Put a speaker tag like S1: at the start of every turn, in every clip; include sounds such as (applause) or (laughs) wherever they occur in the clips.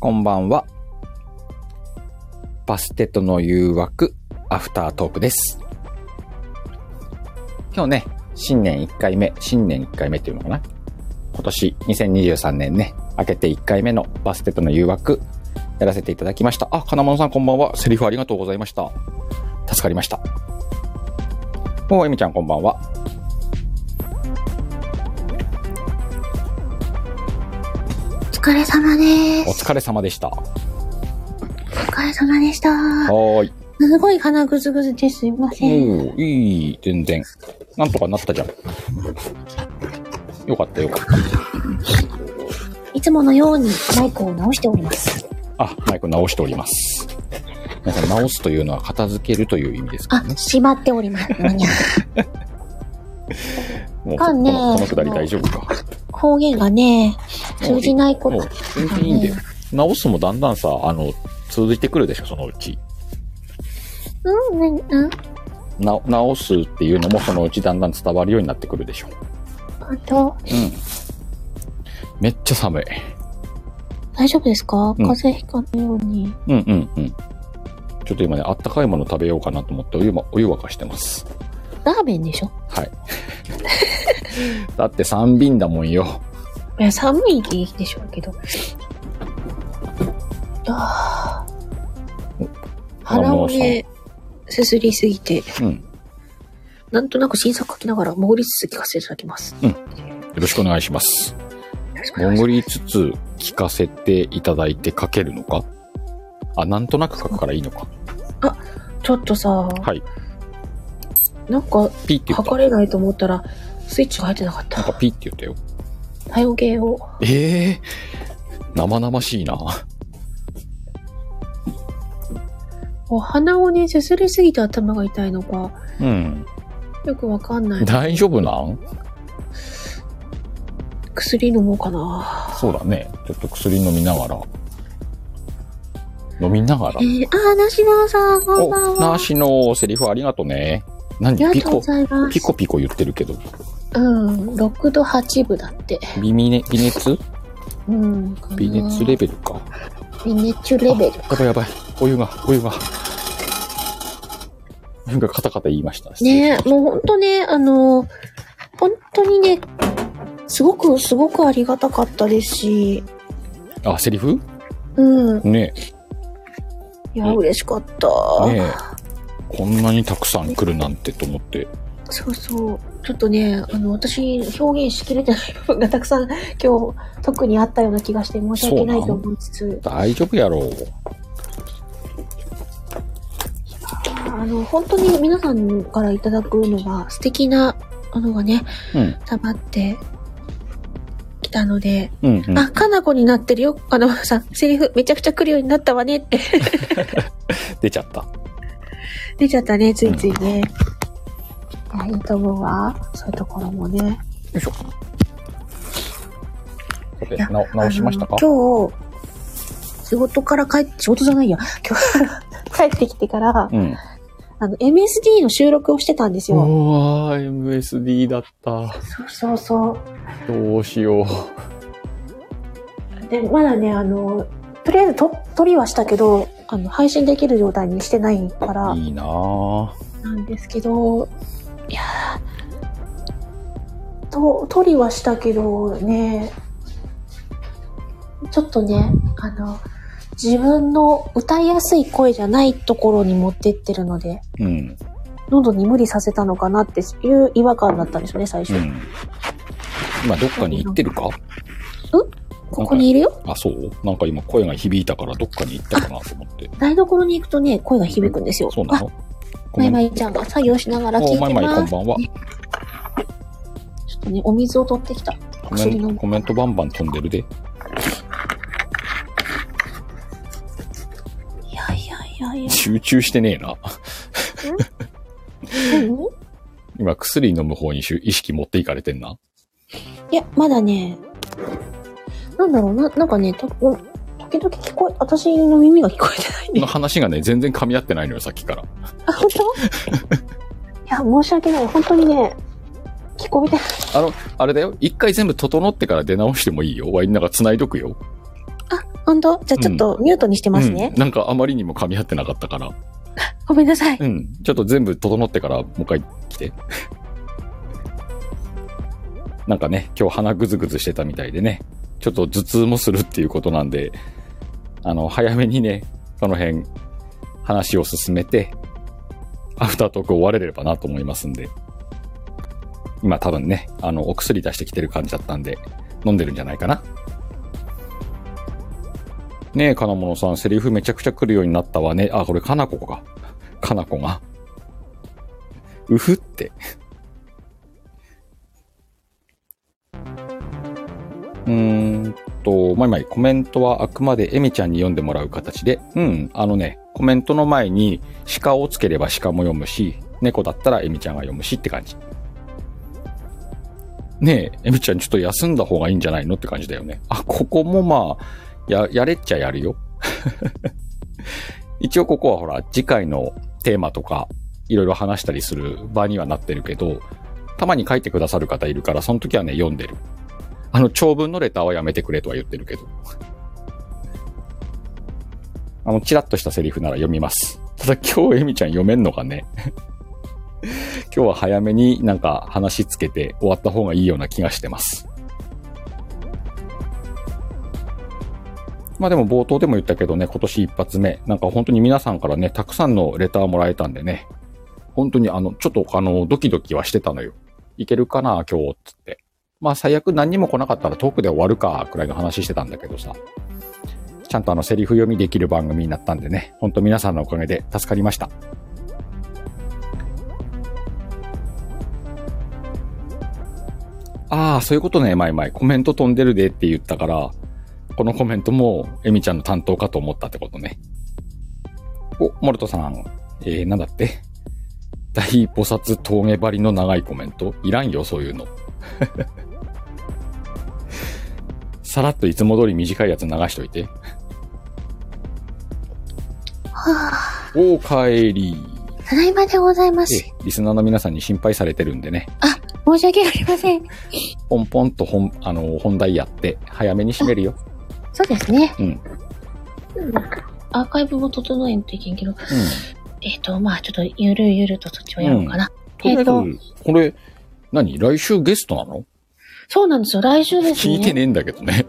S1: こんばんは。バステとの誘惑、アフタートークです。今日ね、新年1回目、新年1回目っていうのかな今年2023年ね、明けて1回目のバステとの誘惑、やらせていただきました。あ、金物さんこんばんは。セリフありがとうございました。助かりました。おー、えみちゃんこんばんは。
S2: お疲れ様で
S1: お
S2: す。
S1: 疲れ様でした。
S2: お疲れ様でした。
S1: はーい。
S2: すごい鼻ぐずぐずですいません。
S1: おおいい、全然。なんとかなったじゃん。よかったよかった。
S2: いつものようにマイクを直しております。
S1: あ、マイク直しております。皆さん、直すというのは片付けるという意味ですから
S2: あ
S1: ね、。
S2: 縛っております。にゃにゃ
S1: もう
S2: あ
S1: この、
S2: ね
S1: このくだり大丈夫か。
S2: 方言がね、通じないこ
S1: も
S2: と
S1: う。、全然いいんだよ。直すもだんだんさ、あの、続いてくるでしょ、そのうち。
S2: うん、うん、うん。
S1: な直すっていうのもそのうちだんだん伝わるようになってくるでしょ。
S2: 本当
S1: うん。めっちゃ寒い。
S2: 大丈夫ですか
S1: ん
S2: 風邪ひかないように。
S1: うんうんうん。ちょっと今ね、あったかいもの食べようかなと思ってお湯も、お湯沸かしてます。
S2: ラーメンでしょ
S1: はい。 (laughs) だって3瓶だもんよ。
S2: いや、寒いでしょうけど。あー鼻をね、すすりすぎて、
S1: うん。よ
S2: なんとなく新作書きながら、潜りつつ聞かせていただきます。
S1: ろしくお願いします。
S2: よろしくお願いし
S1: 潜りつつ聞かせていただいて書けるのかあ、なんとなく書くからいいのか。
S2: ますちょっとさ、
S1: はい。
S2: なんか、
S1: ピーって言った。
S2: 測れないと思ったら、スイッチが入ってなかっ
S1: なんか
S2: た。
S1: ピーって言ったよ。
S2: 体温計を。
S1: ええ生々しいな。
S2: お鼻をね、すすりすぎて頭が痛いのか、
S1: うん。
S2: よくわかんない。
S1: 大丈夫なん
S2: 薬飲もうかな。
S1: そうだね。ちょっと薬飲みながら。飲みながら
S2: え。ー、あー、なしのさん、こんばん
S1: お、な
S2: は。
S1: ーしのセリフありがとね。何
S2: あり
S1: ピ
S2: がとうご
S1: コ、
S2: ざいます。
S1: ピコピコ言ってるけど。
S2: うん、6度8分だって。
S1: 微熱微熱
S2: うん。
S1: 微熱レベルか。
S2: ル。微熱レベル。
S1: やばいやばい。お湯が、お湯が。お湯がカタカタ言いました。
S2: ねえ、もうほんとね、あの、本当にね、すごく、すごくありがたかったですし、
S1: あ、セリフ
S2: うん。
S1: ね
S2: いや、
S1: うん
S2: 嬉しかった。
S1: え、ねえ。こんなにたくさん来るなんてと思って。
S2: そうそう。ちょっとね、あの、私、表現しきれてない部分がたくさん、今日、特にあったような気がして、申し訳ないと思いつつ、
S1: 大丈夫やろう。
S2: あの、本当に皆さんからいただくのが、素敵なものがね、
S1: うん。
S2: 溜まって、きたので、
S1: うん、うん。
S2: あ、かなこになってるよ、かなこさん。セリフ、めちゃくちゃ来るようになったわねって。
S1: 出ちゃった。
S2: 出ちゃったね、ついついね。あいいと思うわ。そういうところもね。
S1: さて、
S2: いや
S1: な直しましたか
S2: あの今日、仕事から帰って、仕事じゃないや。今日から (laughs) 帰ってきてから、
S1: うん。
S2: あの、MSD の収録をしてたんです
S1: う
S2: よ。
S1: わー、MSD だった。
S2: そうそうそう。
S1: どうしよう。
S2: で、まだね、あの、とりあえずと、撮りはしたけど、あの、配信できる状態にしてないから、
S1: いいなぁ。
S2: なんですけど、いやーと、撮りはしたけどね、ちょっとね、あの、自分の歌いやすい声じゃないところに持ってってるので、
S1: うん。
S2: 喉に無理させたのかなっていう違和感だったんですよね、最初。
S1: うん。今、どっかに行ってるか
S2: ここにいるよ。
S1: あ、そうなんか今声が響いたからどっかに行ったかなと思って。
S2: 台所に行くとね、声が響くんですよ。
S1: そうな
S2: あ
S1: の
S2: まいまいちゃんが作業しながら聞い
S1: お
S2: てま。
S1: ますいまいこんばんは。
S2: ちょっとね、お水を取ってきた。
S1: コメ
S2: 薬飲
S1: ン
S2: む
S1: コメントバンバン飛んでるで。
S2: いやいやいやいや。
S1: 集中してねえな。
S2: 何
S1: 今薬飲む方に集意識持っていかれてんな。
S2: いや、まだね、なんだろうな、なんかね、とお時々聞こえ、私の耳が聞こえてないんで。
S1: の話がね、全然噛み合ってないのよ、さっきから。
S2: あ、本
S1: (laughs)
S2: 当いや、申し訳ない。本当にね、聞こえてない。
S1: あの、あれだよ。一回全部整ってから出直してもいいよ。ワインなんか繋いどくよ。
S2: あ本当じゃあちょっとミュートにしてますね
S1: う。んなんかあまりにも噛み合ってなかったから。
S2: ごめんなさい。
S1: うん。ちょっと全部整ってからもう一回来て。 (laughs) なんかね、今日鼻ぐずぐずしてたみたいでね、ちょっと頭痛もするっていうことなんで、あの、早めにね、その辺、話を進めて、アフタートーク終われればなと思いますんで。今多分ね、あの、お薬出してきてる感じだったんで、飲んでるんじゃないかな。ねえ、金物さん、セリフめちゃくちゃ来るようになったわね。あ、これ、かなこか。かなこが。うふって。うーんと、まいまい、コメントはあくまでエミちゃんに読んでもらう形で、うん、あのね、コメントの前に鹿をつければ鹿も読むし、猫だったらエミちゃんが読むしって感じ。ねえ、エミちゃんちょっと休んだ方がいいんじゃないのって感じだよね。あ、ここもまあ、や、やれっちゃやるよ。 (laughs) 一応ここはほら、次回のテーマとか、いろいろ話したりする場にはなってるけど、たまに書いてくださる方いるから、その時はね、読んでる。あの、長文のレターはやめてくれとは言ってるけど。あの、チラッとしたセリフなら読みます。ただ今日、エミちゃん読めんのかね。 (laughs) 今日は早めになんか話つけて終わった方がいいような気がしてます。まあでも冒頭でも言ったけどね、今年一発目、なんか本当に皆さんからね、たくさんのレターもらえたんでね、本当にあの、ちょっとあの、ドキドキはしてたのよ。いけるかな、今日、つって。まあ最悪何にも来なかったらトークで終わるか、くらいの話してたんだけどさ。ちゃんとあの、セリフ読みできる番組になったんでね、本当皆さんのおかげで助かりました。ああ、そういうことね、まいまい。コメント飛んでるでって言ったから、このコメントも、エミちゃんの担当かと思ったってことね。お、モルトさん、えー、なんだって (laughs) 大菩薩峠張りの長いコメントいらんよ、そういうの。 (laughs) さらっといつも通り短いやつ流しといて。
S2: はあ、
S1: お帰り。
S2: ただいまでございま
S1: え
S2: す。
S1: リスナーの皆さんに心配されてるんでね。
S2: 申し訳ありません。
S1: ポンポンと本、あの、本題やって、早めに締めるよ。
S2: そうですね。
S1: うん。
S2: アーカイブも整えんといけんけど、
S1: うん。
S2: えっ、と、まあちょっとゆるゆるとそっちをやろうかな。
S1: とりあえず、これ、何来週ゲストなの
S2: そうなんですよ。来週ですね。
S1: 聞いてねえんだけどね。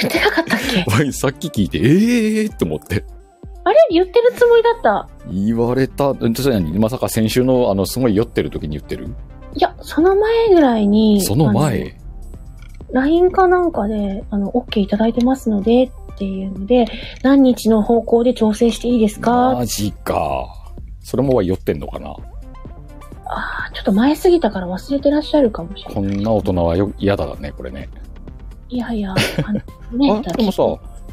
S2: 言ってなかったっけ
S1: おいさっき聞いて、ええーって思って。
S2: あれ言ってるつもりだった。
S1: 言われた、うんそれ何まさか先週の、あの、すごい酔ってる時に言ってる
S2: いや、その前ぐらいに、
S1: その
S2: あの
S1: 前。
S2: LINE かなんかで、あの、OK いただいてますので、っていうので、何日の方向で調整していいですか
S1: マジか。それもは酔ってんのかな
S2: あーちょっと前すぎたから忘れてらっしゃるかもしれない。
S1: こんな大人はよ嫌だだね、これね。
S2: いやいや、あの、
S1: あ
S2: ね、
S1: でもさ、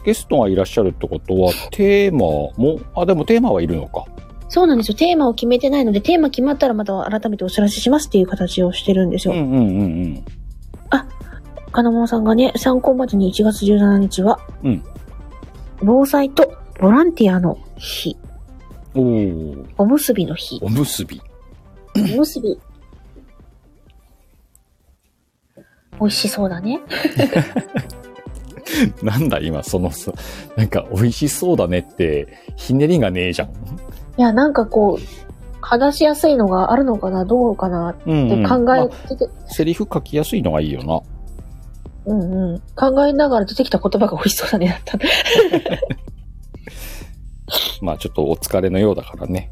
S1: ゲストがいらっしゃるってことは、テーマも、あ、でもテーマはいるのか。
S2: そうなんですよ。テーマを決めてないので、テーマ決まったらまた改めてお知らせしますっていう形をしてるんです
S1: うん
S2: よ。
S1: うんうん
S2: 金物さんがね、参考までに1月17日は、
S1: うん
S2: 防災とボランティアの日、
S1: うん。おー
S2: おむすびの日、
S1: おむすび。 (laughs)
S2: おむすび。美味しそうだね。
S1: なんだ今、そのさ、なんか美味しそうだねって、ひねりがねえじゃん。
S2: いや、なんかこう、話しやすいのがあるのかな、どうかなって
S1: うん、うん。
S2: 考
S1: ま
S2: え
S1: あ
S2: てて、
S1: セリフ書きやすいのがいいよな。
S2: うんうん。考えながら出てきた言葉が美味しそうだね、だった。
S1: まあちょっとお疲れのようだからね。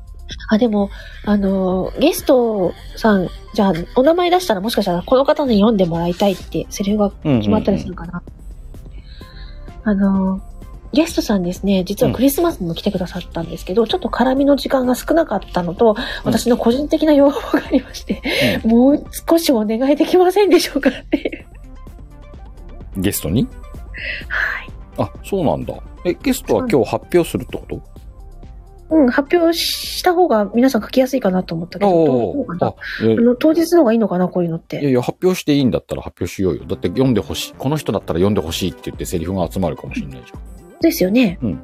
S2: あ、でも、あのーゲストさん、じゃあ、お名前出したらもしかしたらこの方に読んでもらいたいって、セリフが
S1: うんうんうん
S2: 決まったりするかな。あのーゲストさんですね、実はクリスマスにも来てくださったんですけど、ちょっと絡みの時間が少なかったのと、私の個人的な要望がありまして、もう少しお願いできませんでしょうかっていう。
S1: ゲストに
S2: はい。
S1: あ、そうなんだ。え、ゲストは今日発表するってこと
S2: うん、発表した方が皆さん書きやすいかなと思ったけど、どうどう
S1: あ
S2: かな
S1: え
S2: あの当日の方がいいのかな、こういうのっ
S1: いや
S2: て。
S1: いや、発表していいんだったら発表しようよ。だって読んでほしい。この人だったら読んでほしいって言ってセリフが集まるかもしれないじ
S2: ですよね。
S1: ゃん。うん。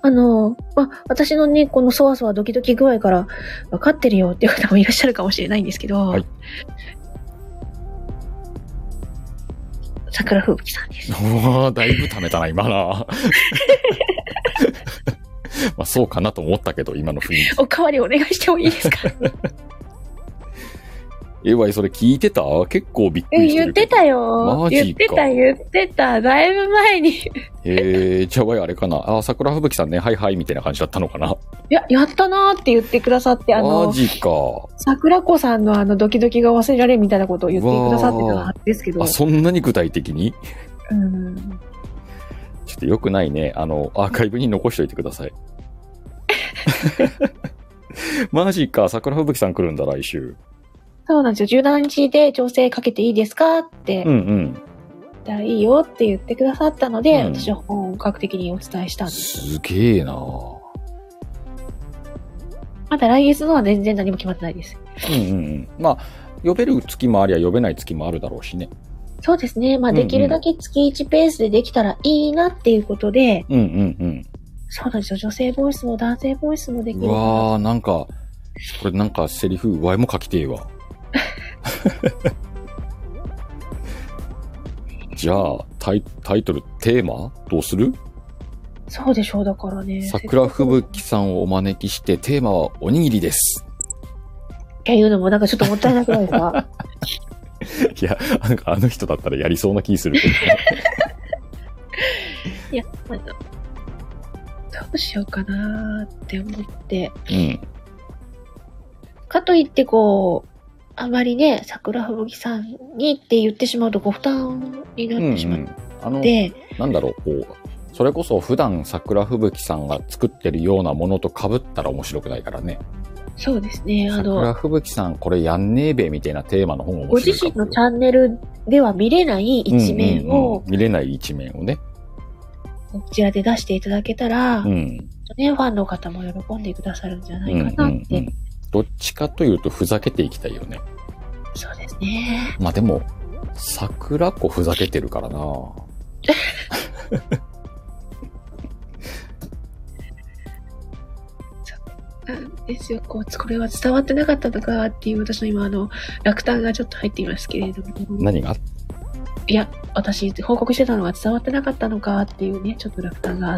S2: あの、まあ、私のね、このそわそわドキドキ具合から分かってるよっていう方もいらっしゃるかもしれないんですけど、
S1: はい
S2: 桜吹雪さんです。
S1: う (laughs) わーだいぶ溜めたな、今な。 (laughs) まあ、そうかなと思ったけど、今の雰囲
S2: おかわりお願いしてもいいで
S1: (laughs)
S2: すか
S1: 気。えわい、それ聞いてた結構びっくりして
S2: 言
S1: る
S2: っ
S1: け
S2: て
S1: ど。
S2: たよ
S1: マ。ジか
S2: 言ってた、言ってた。だいぶ前に。 (laughs) い
S1: えー、じゃあわいあれかな。あー、桜吹雪さんね、はいはい、みたいな感じだったのかな。
S2: や、やったなーって言ってくださって、あ
S1: マ
S2: の、
S1: ジか。
S2: 桜子さんのあのドキドキが忘れられんみたいなことを言ってくださってたはずですけど
S1: あ、、そんなに具体的に
S2: うん、
S1: ちょっと良くないね。あの、アーカイブに残しといてくだ
S2: (laughs)
S1: さい。マジか、桜吹雪さん来るんだ、来週。
S2: そうなんですよ。17日で調整かけていいですかって、
S1: うんうん。
S2: じゃあいいよって言ってくださったので、
S1: うん
S2: 私は本格的にお伝えしたんです。
S1: すげえな
S2: まだ来月のは全然何も決まってないです。
S1: うんうんうん。まあ、呼べる月もありゃ呼べない月もあるだろうしね。
S2: そうですね。まあ、
S1: うんうん
S2: できるだけ月1ペースでできたらいいなっていうことで、
S1: うんうん
S2: そうなんですよ。女性ボイスも男性ボイスもで
S1: う
S2: き
S1: ん。
S2: る
S1: う
S2: から
S1: わー、なんか、これなんかセリフ、わいも書きてえ
S2: (laughs)
S1: わ。 (laughs) じゃあタイ、タイトル、テーマどうする
S2: そうでしょう。だからね。
S1: 桜吹
S2: ぶっ
S1: 雪さんをお招きして、テーマはおにぎりです。
S2: ていうのもなんかちょっともったいなくないですか (laughs)
S1: いや、なんかあの人だったらやりそうな気するけどね。
S2: いや、まあどうしようかなーって思って。
S1: うん。
S2: かといってこう、あまりね、桜吹雪さんにって言ってしまうとご負担にな
S1: (laughs) う
S2: っ
S1: ん、う
S2: てしまっ
S1: ん。あの、
S2: て、
S1: なんだろう、こう、それこそ普段桜吹雪さんが作ってるようなものと被ったら面白くないからね。
S2: そうですね、あ
S1: 桜
S2: の、
S1: 吹雪さんこれやんねえべみたいなテーマの本を
S2: ご自身のチャンネルでは見れない一面を
S1: 見れない一面をね。
S2: こちらで出していただけたら、
S1: うん。
S2: ね、ファンの方も喜んでくださるんじゃ
S1: う
S2: なんいか
S1: う
S2: なっ
S1: んう
S2: て。
S1: んどっちかというとふざけていきたいよね。
S2: そうですね。
S1: まあでも、桜子ふざけてるからな。
S2: なんですよ、こう、これは伝わってなかったのかっていう私の今、あの、落胆がちょっと入っていますけれども。
S1: 何が
S2: いや、私、報告してたのが伝わってなかったのかっていうね、ちょっと落胆が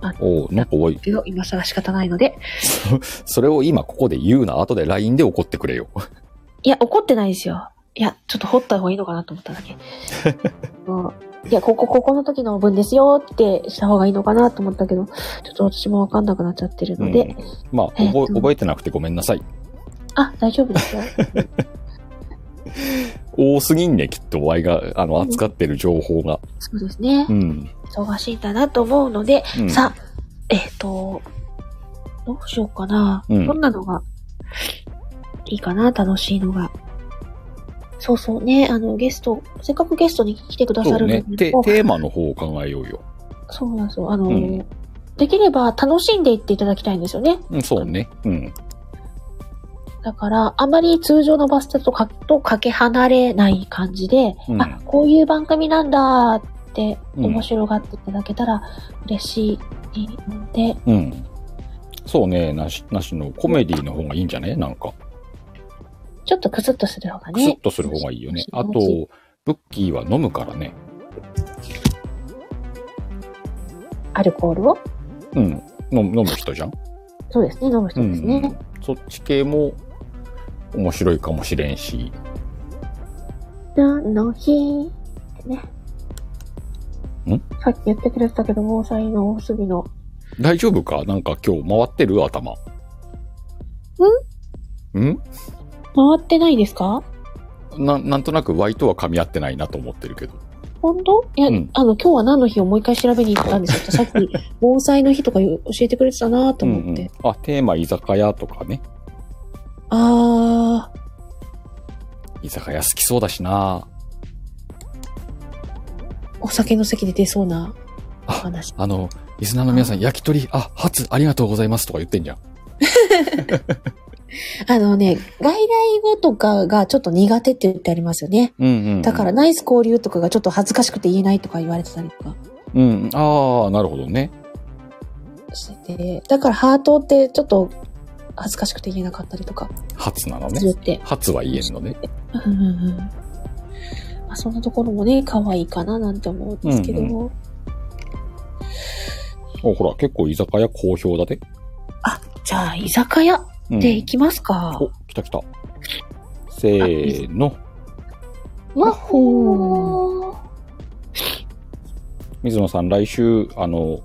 S2: あっ
S1: おうなんかおい、
S2: て、今更仕方ないので。
S1: そそれを今ここで言うな。後で LINE で怒ってくれよ。 (laughs)
S2: いや、怒ってないですよ。いや、ちょっと掘った方がいいのかなと思っただ
S1: (laughs)
S2: け。もういや、ここ、ここの時の分ですよってした方がいいのかなと思ったけど、ちょっと私もわかんなくなっちゃってるので、
S1: うんまあ、
S2: えっと
S1: 覚え覚えてなくてごめんなさい。
S2: あ、大丈夫で
S1: (laughs)
S2: すよ。
S1: 多すぎんね、きっと、ワイが、あの、扱ってる情報が。
S2: そうですね
S1: う。ん。
S2: 忙しいんだなと思うので、
S1: うん
S2: さあ、えっ、と、どうしようかな。
S1: うん
S2: どんなのがいいかな、楽しいのが。そうそうね、あの、ゲスト、せっかくゲストに来てくだ
S1: そ
S2: さ
S1: う
S2: る
S1: ね。
S2: の
S1: テ
S2: で、
S1: テーマの方を考えようよ。
S2: そうなんですよ。あの、
S1: うん
S2: できれば楽しんでいっていただきたいんですよね。
S1: うん、そうね。うん。
S2: だから、あまり通常のバステとかとかけ離れない感じで、
S1: うん
S2: あ、こういう番組なんだって
S1: うん
S2: 面白がっていただけたら嬉しいので、
S1: うん。そうね、なし、なしのコメディの方がいいんじゃねなんか、
S2: ちょっとクスッとする方が
S1: クス
S2: ね
S1: ッ。とする方がいいよね。あ
S2: 楽し
S1: と
S2: い楽しい、
S1: ブッキーは飲むからね。
S2: アルコールを
S1: うん。飲む飲む人じゃん
S2: そうですね、飲む人ですね。
S1: ん。そっち系も面白いかもしれんし。
S2: 何の日ね。
S1: ん
S2: さっき言ってくれてたけど、防災のおすびの。
S1: 大丈夫かなんか今日回ってる頭。んん
S2: 回ってないですか
S1: ななんとなくワイとは噛み合ってないなと思ってるけど。
S2: 本当いや、
S1: うん
S2: あの、今日は何の日をもう一回調べに行ったんです
S1: (laughs)
S2: よ。さっき、防災の日とか教えてくれてたなと思って。
S1: うんうんあ、テーマ居酒屋とかね。
S2: あー、
S1: 居酒屋好きそうだしな。
S2: お酒の席で出そうなお
S1: あ
S2: 話。
S1: あの、リスナーの皆さん、焼き鳥、あ、ハツありがとうございますとか言ってんじゃん。
S2: あのね、外来語とかがちょっと苦手って言ってありますよね。
S1: うんうん、うん。
S2: だから、ナイス交流とかがちょっと恥ずかしくて言えないとか言われてたりとか
S1: うん。ああ、なるほどね。
S2: してて、だからハートってちょっと恥ずかしくて言えなかったりとか
S1: ハツなの
S2: する
S1: ね。
S2: って。
S1: ハツは言えんのね。
S2: うんうんうんまああ、そんなところもね、可愛いかななんて思うんですけど、
S1: うんお、ほら、結構居酒屋好評だで。
S2: じゃあ、居酒屋
S1: うん
S2: で行きますか。
S1: お、来た来た。せーの。
S2: わっほー。
S1: 水野さん、来週、あの、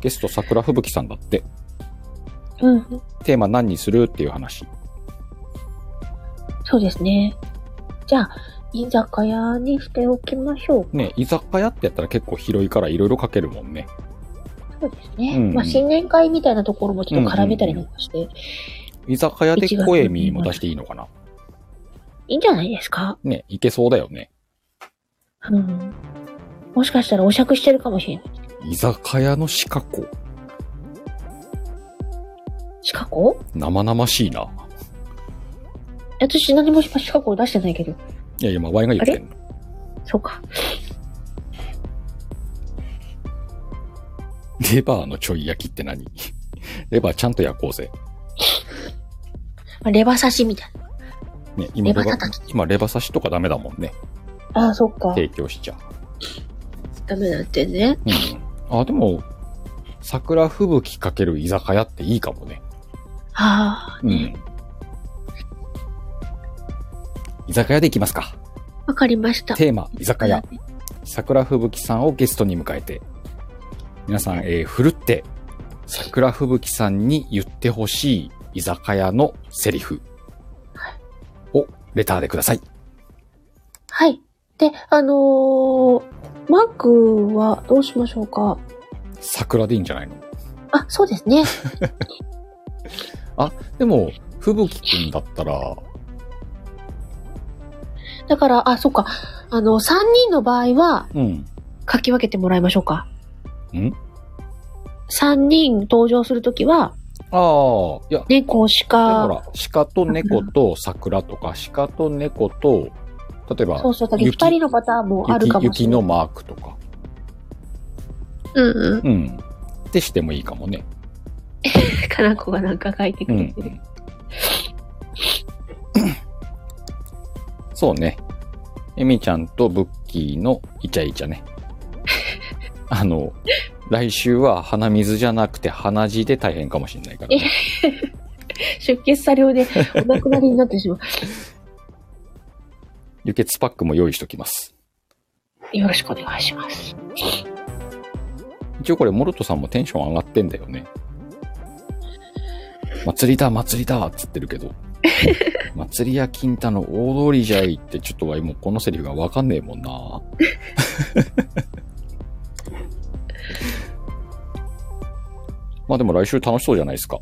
S1: ゲスト桜吹雪さんだって、
S2: うん。
S1: テーマ何にするっていう話。
S2: そうですね。じゃあ、居酒屋にしておきましょう。
S1: ね、居酒屋ってやったら結構広いからいろいろ書けるもんね。
S2: そうですね。
S1: うん
S2: まあ、新年会みたいなところもちょっと絡めたりなんかして、
S1: 居酒屋で声見も出していいのかない
S2: いんじゃないですか。
S1: ね、いけそうだよね。
S2: うん。もしかしたらお酌してるかもしれない。
S1: 居酒屋のシカ子。
S2: シカゴ
S1: 生々しいな。
S2: 私何もシカゴ出してないけど。
S1: いやいや、まあ、ワイが言ってんの。
S2: そうか。
S1: レバーのちょい焼きって何レバーちゃんと焼こうぜ。
S2: まあレバ刺しみたいな。
S1: ね、今レ
S2: レバ
S1: バ
S2: 叩、
S1: 今レバ刺しとかダメだもんね。
S2: ああ、そっか。
S1: 提供しちゃう。
S2: ダメだってね。
S1: うん。あ、でも、桜吹雪かける居酒屋っていいかもね。
S2: ああ、
S1: う
S2: ね。
S1: ん。居酒屋で行きますか。
S2: わ、かりました。
S1: テーマ、居酒屋。桜吹雪さんをゲストに迎えて、皆さん、えー、ふるって、桜吹雪さんに言ってほしい居酒屋のセリフをレターでください。
S2: はい。で、あのー、マークはどうしましょうか
S1: 桜でいいんじゃないの
S2: あ、そうですね。
S1: でも、吹雪くんだったら、
S2: だから、あ、そうか。あの、3人の場合は、
S1: うん。
S2: 書き分けてもらいましょうか。
S1: ん
S2: ?3 人登場するときは、
S1: ああ、いや、ほ
S2: 猫、鹿、
S1: ら、鹿と猫と桜とか、鹿と猫と、例えば、
S2: そうそう、だけど2
S1: 雪
S2: 人のパターンもあるかも
S1: 雪
S2: しれ
S1: 雪
S2: ない。
S1: のマークとか。
S2: うんうん。
S1: うん。ってしてもいいかもね。
S2: かなこがなんか書いて
S1: う
S2: く
S1: んう
S2: れてる。
S1: ん。そうね。エミちゃんとブッキーのイチャイチャ (laughs) ね。あの、来週は鼻水じゃなくて鼻血で大変かもしれないから、ね。
S2: 出血作量でお亡くなりになってしまう。
S1: 輸血パックも用意しときます。
S2: よろしくお願いします。
S1: 一応これ、モルトさんもテンション上がってんだよね。祭りだ、祭りだっつってるけ
S2: (laughs)
S1: ど。祭りや金太の大通りじゃいって、ちょっとはもうこのセリフがわかんねえ
S2: (laughs)
S1: もんな。まあでも来週楽しそうじゃないですか。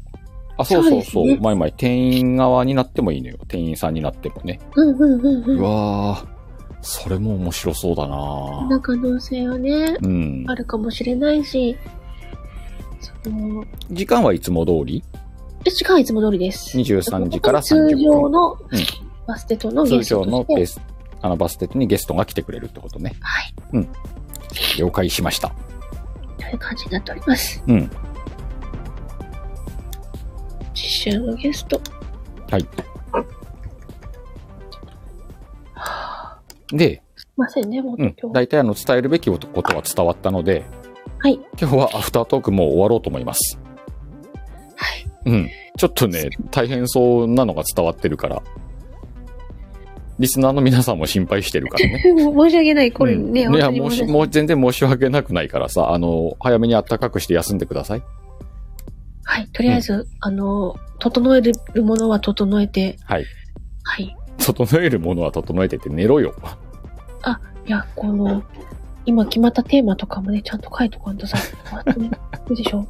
S1: あ、そうそう
S2: そ
S1: そうう。
S2: です
S1: 前
S2: ね
S1: 々、店員側になってもいいのよ。店員さんになってもね。
S2: うんうんうん
S1: う
S2: うん。
S1: わー、それも面白そうだ
S2: そん
S1: な
S2: な可能性はね、
S1: うん
S2: あ。るかもしれないし、その、
S1: 時間はいつも通り
S2: え時間はいつも通りです。
S1: 23時から30分
S2: 通常の
S1: うん
S2: バステとの
S1: 通
S2: ゲス
S1: 常
S2: トと
S1: の
S2: して
S1: ベスあのバステットにゲストが来てくれるってことね。
S2: はい。
S1: 了解しました。
S2: という感じになっております。
S1: うん。
S2: 実習のゲスト。
S1: はい。で、
S2: すいませんね、も
S1: う
S2: う
S1: ん
S2: 今、日。
S1: 大体あの伝えるべきことは伝わったので、
S2: はい。
S1: 今日はアフタートークもう終わろうと思います。
S2: はい。
S1: うん。ちょっとね、大変そうなのが伝わってるから、リスナーの皆さんも心配してるからね。
S2: 申し訳ない、 (laughs) これね、
S1: うんい
S2: 本
S1: や、
S2: 当に
S1: もう
S2: 申し
S1: し、
S2: 訳
S1: もう全然申し訳なくないからさ、あの、早めに暖かくして休んでください。
S2: はい。とりあえず、あの、整えるものは整えて、
S1: はい。
S2: はい。
S1: 整えるものは整えてって寝ろよ。
S2: いや、この、今決まったテーマとかもね、ちゃんと書いとかんとさ、こうやってね (laughs) いいでしょ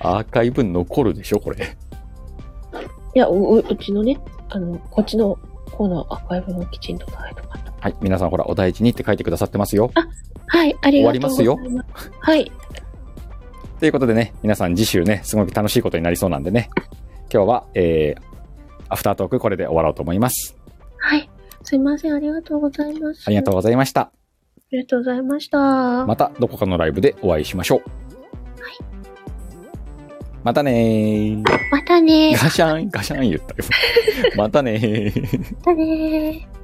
S1: アーカイブ残るでしょ、これ。
S2: いや、う、ううちのね、あの、こっちのコーナーアーカイブもきちんと書いとかんと。
S1: はい。皆さん、ほら、お大事にって書いてくださってますよ。
S2: はい、ありがとうござい
S1: 終わ
S2: ます。
S1: り
S2: はい。
S1: ということでね、皆さん、次週ね、すごく楽しいことになりそうなんでね、今日は、えー、アフタートーク、これで終わろうと思います。
S2: はい。すいません、ありがとうございます。
S1: ありがとうございました。
S2: ありがとうございました。
S1: また、どこかのライブでお会いしましょう。またねー。
S2: またね
S1: (laughs)
S2: ー。
S1: ガシャン、ガシャン言ったよ。またねー。
S2: またねー。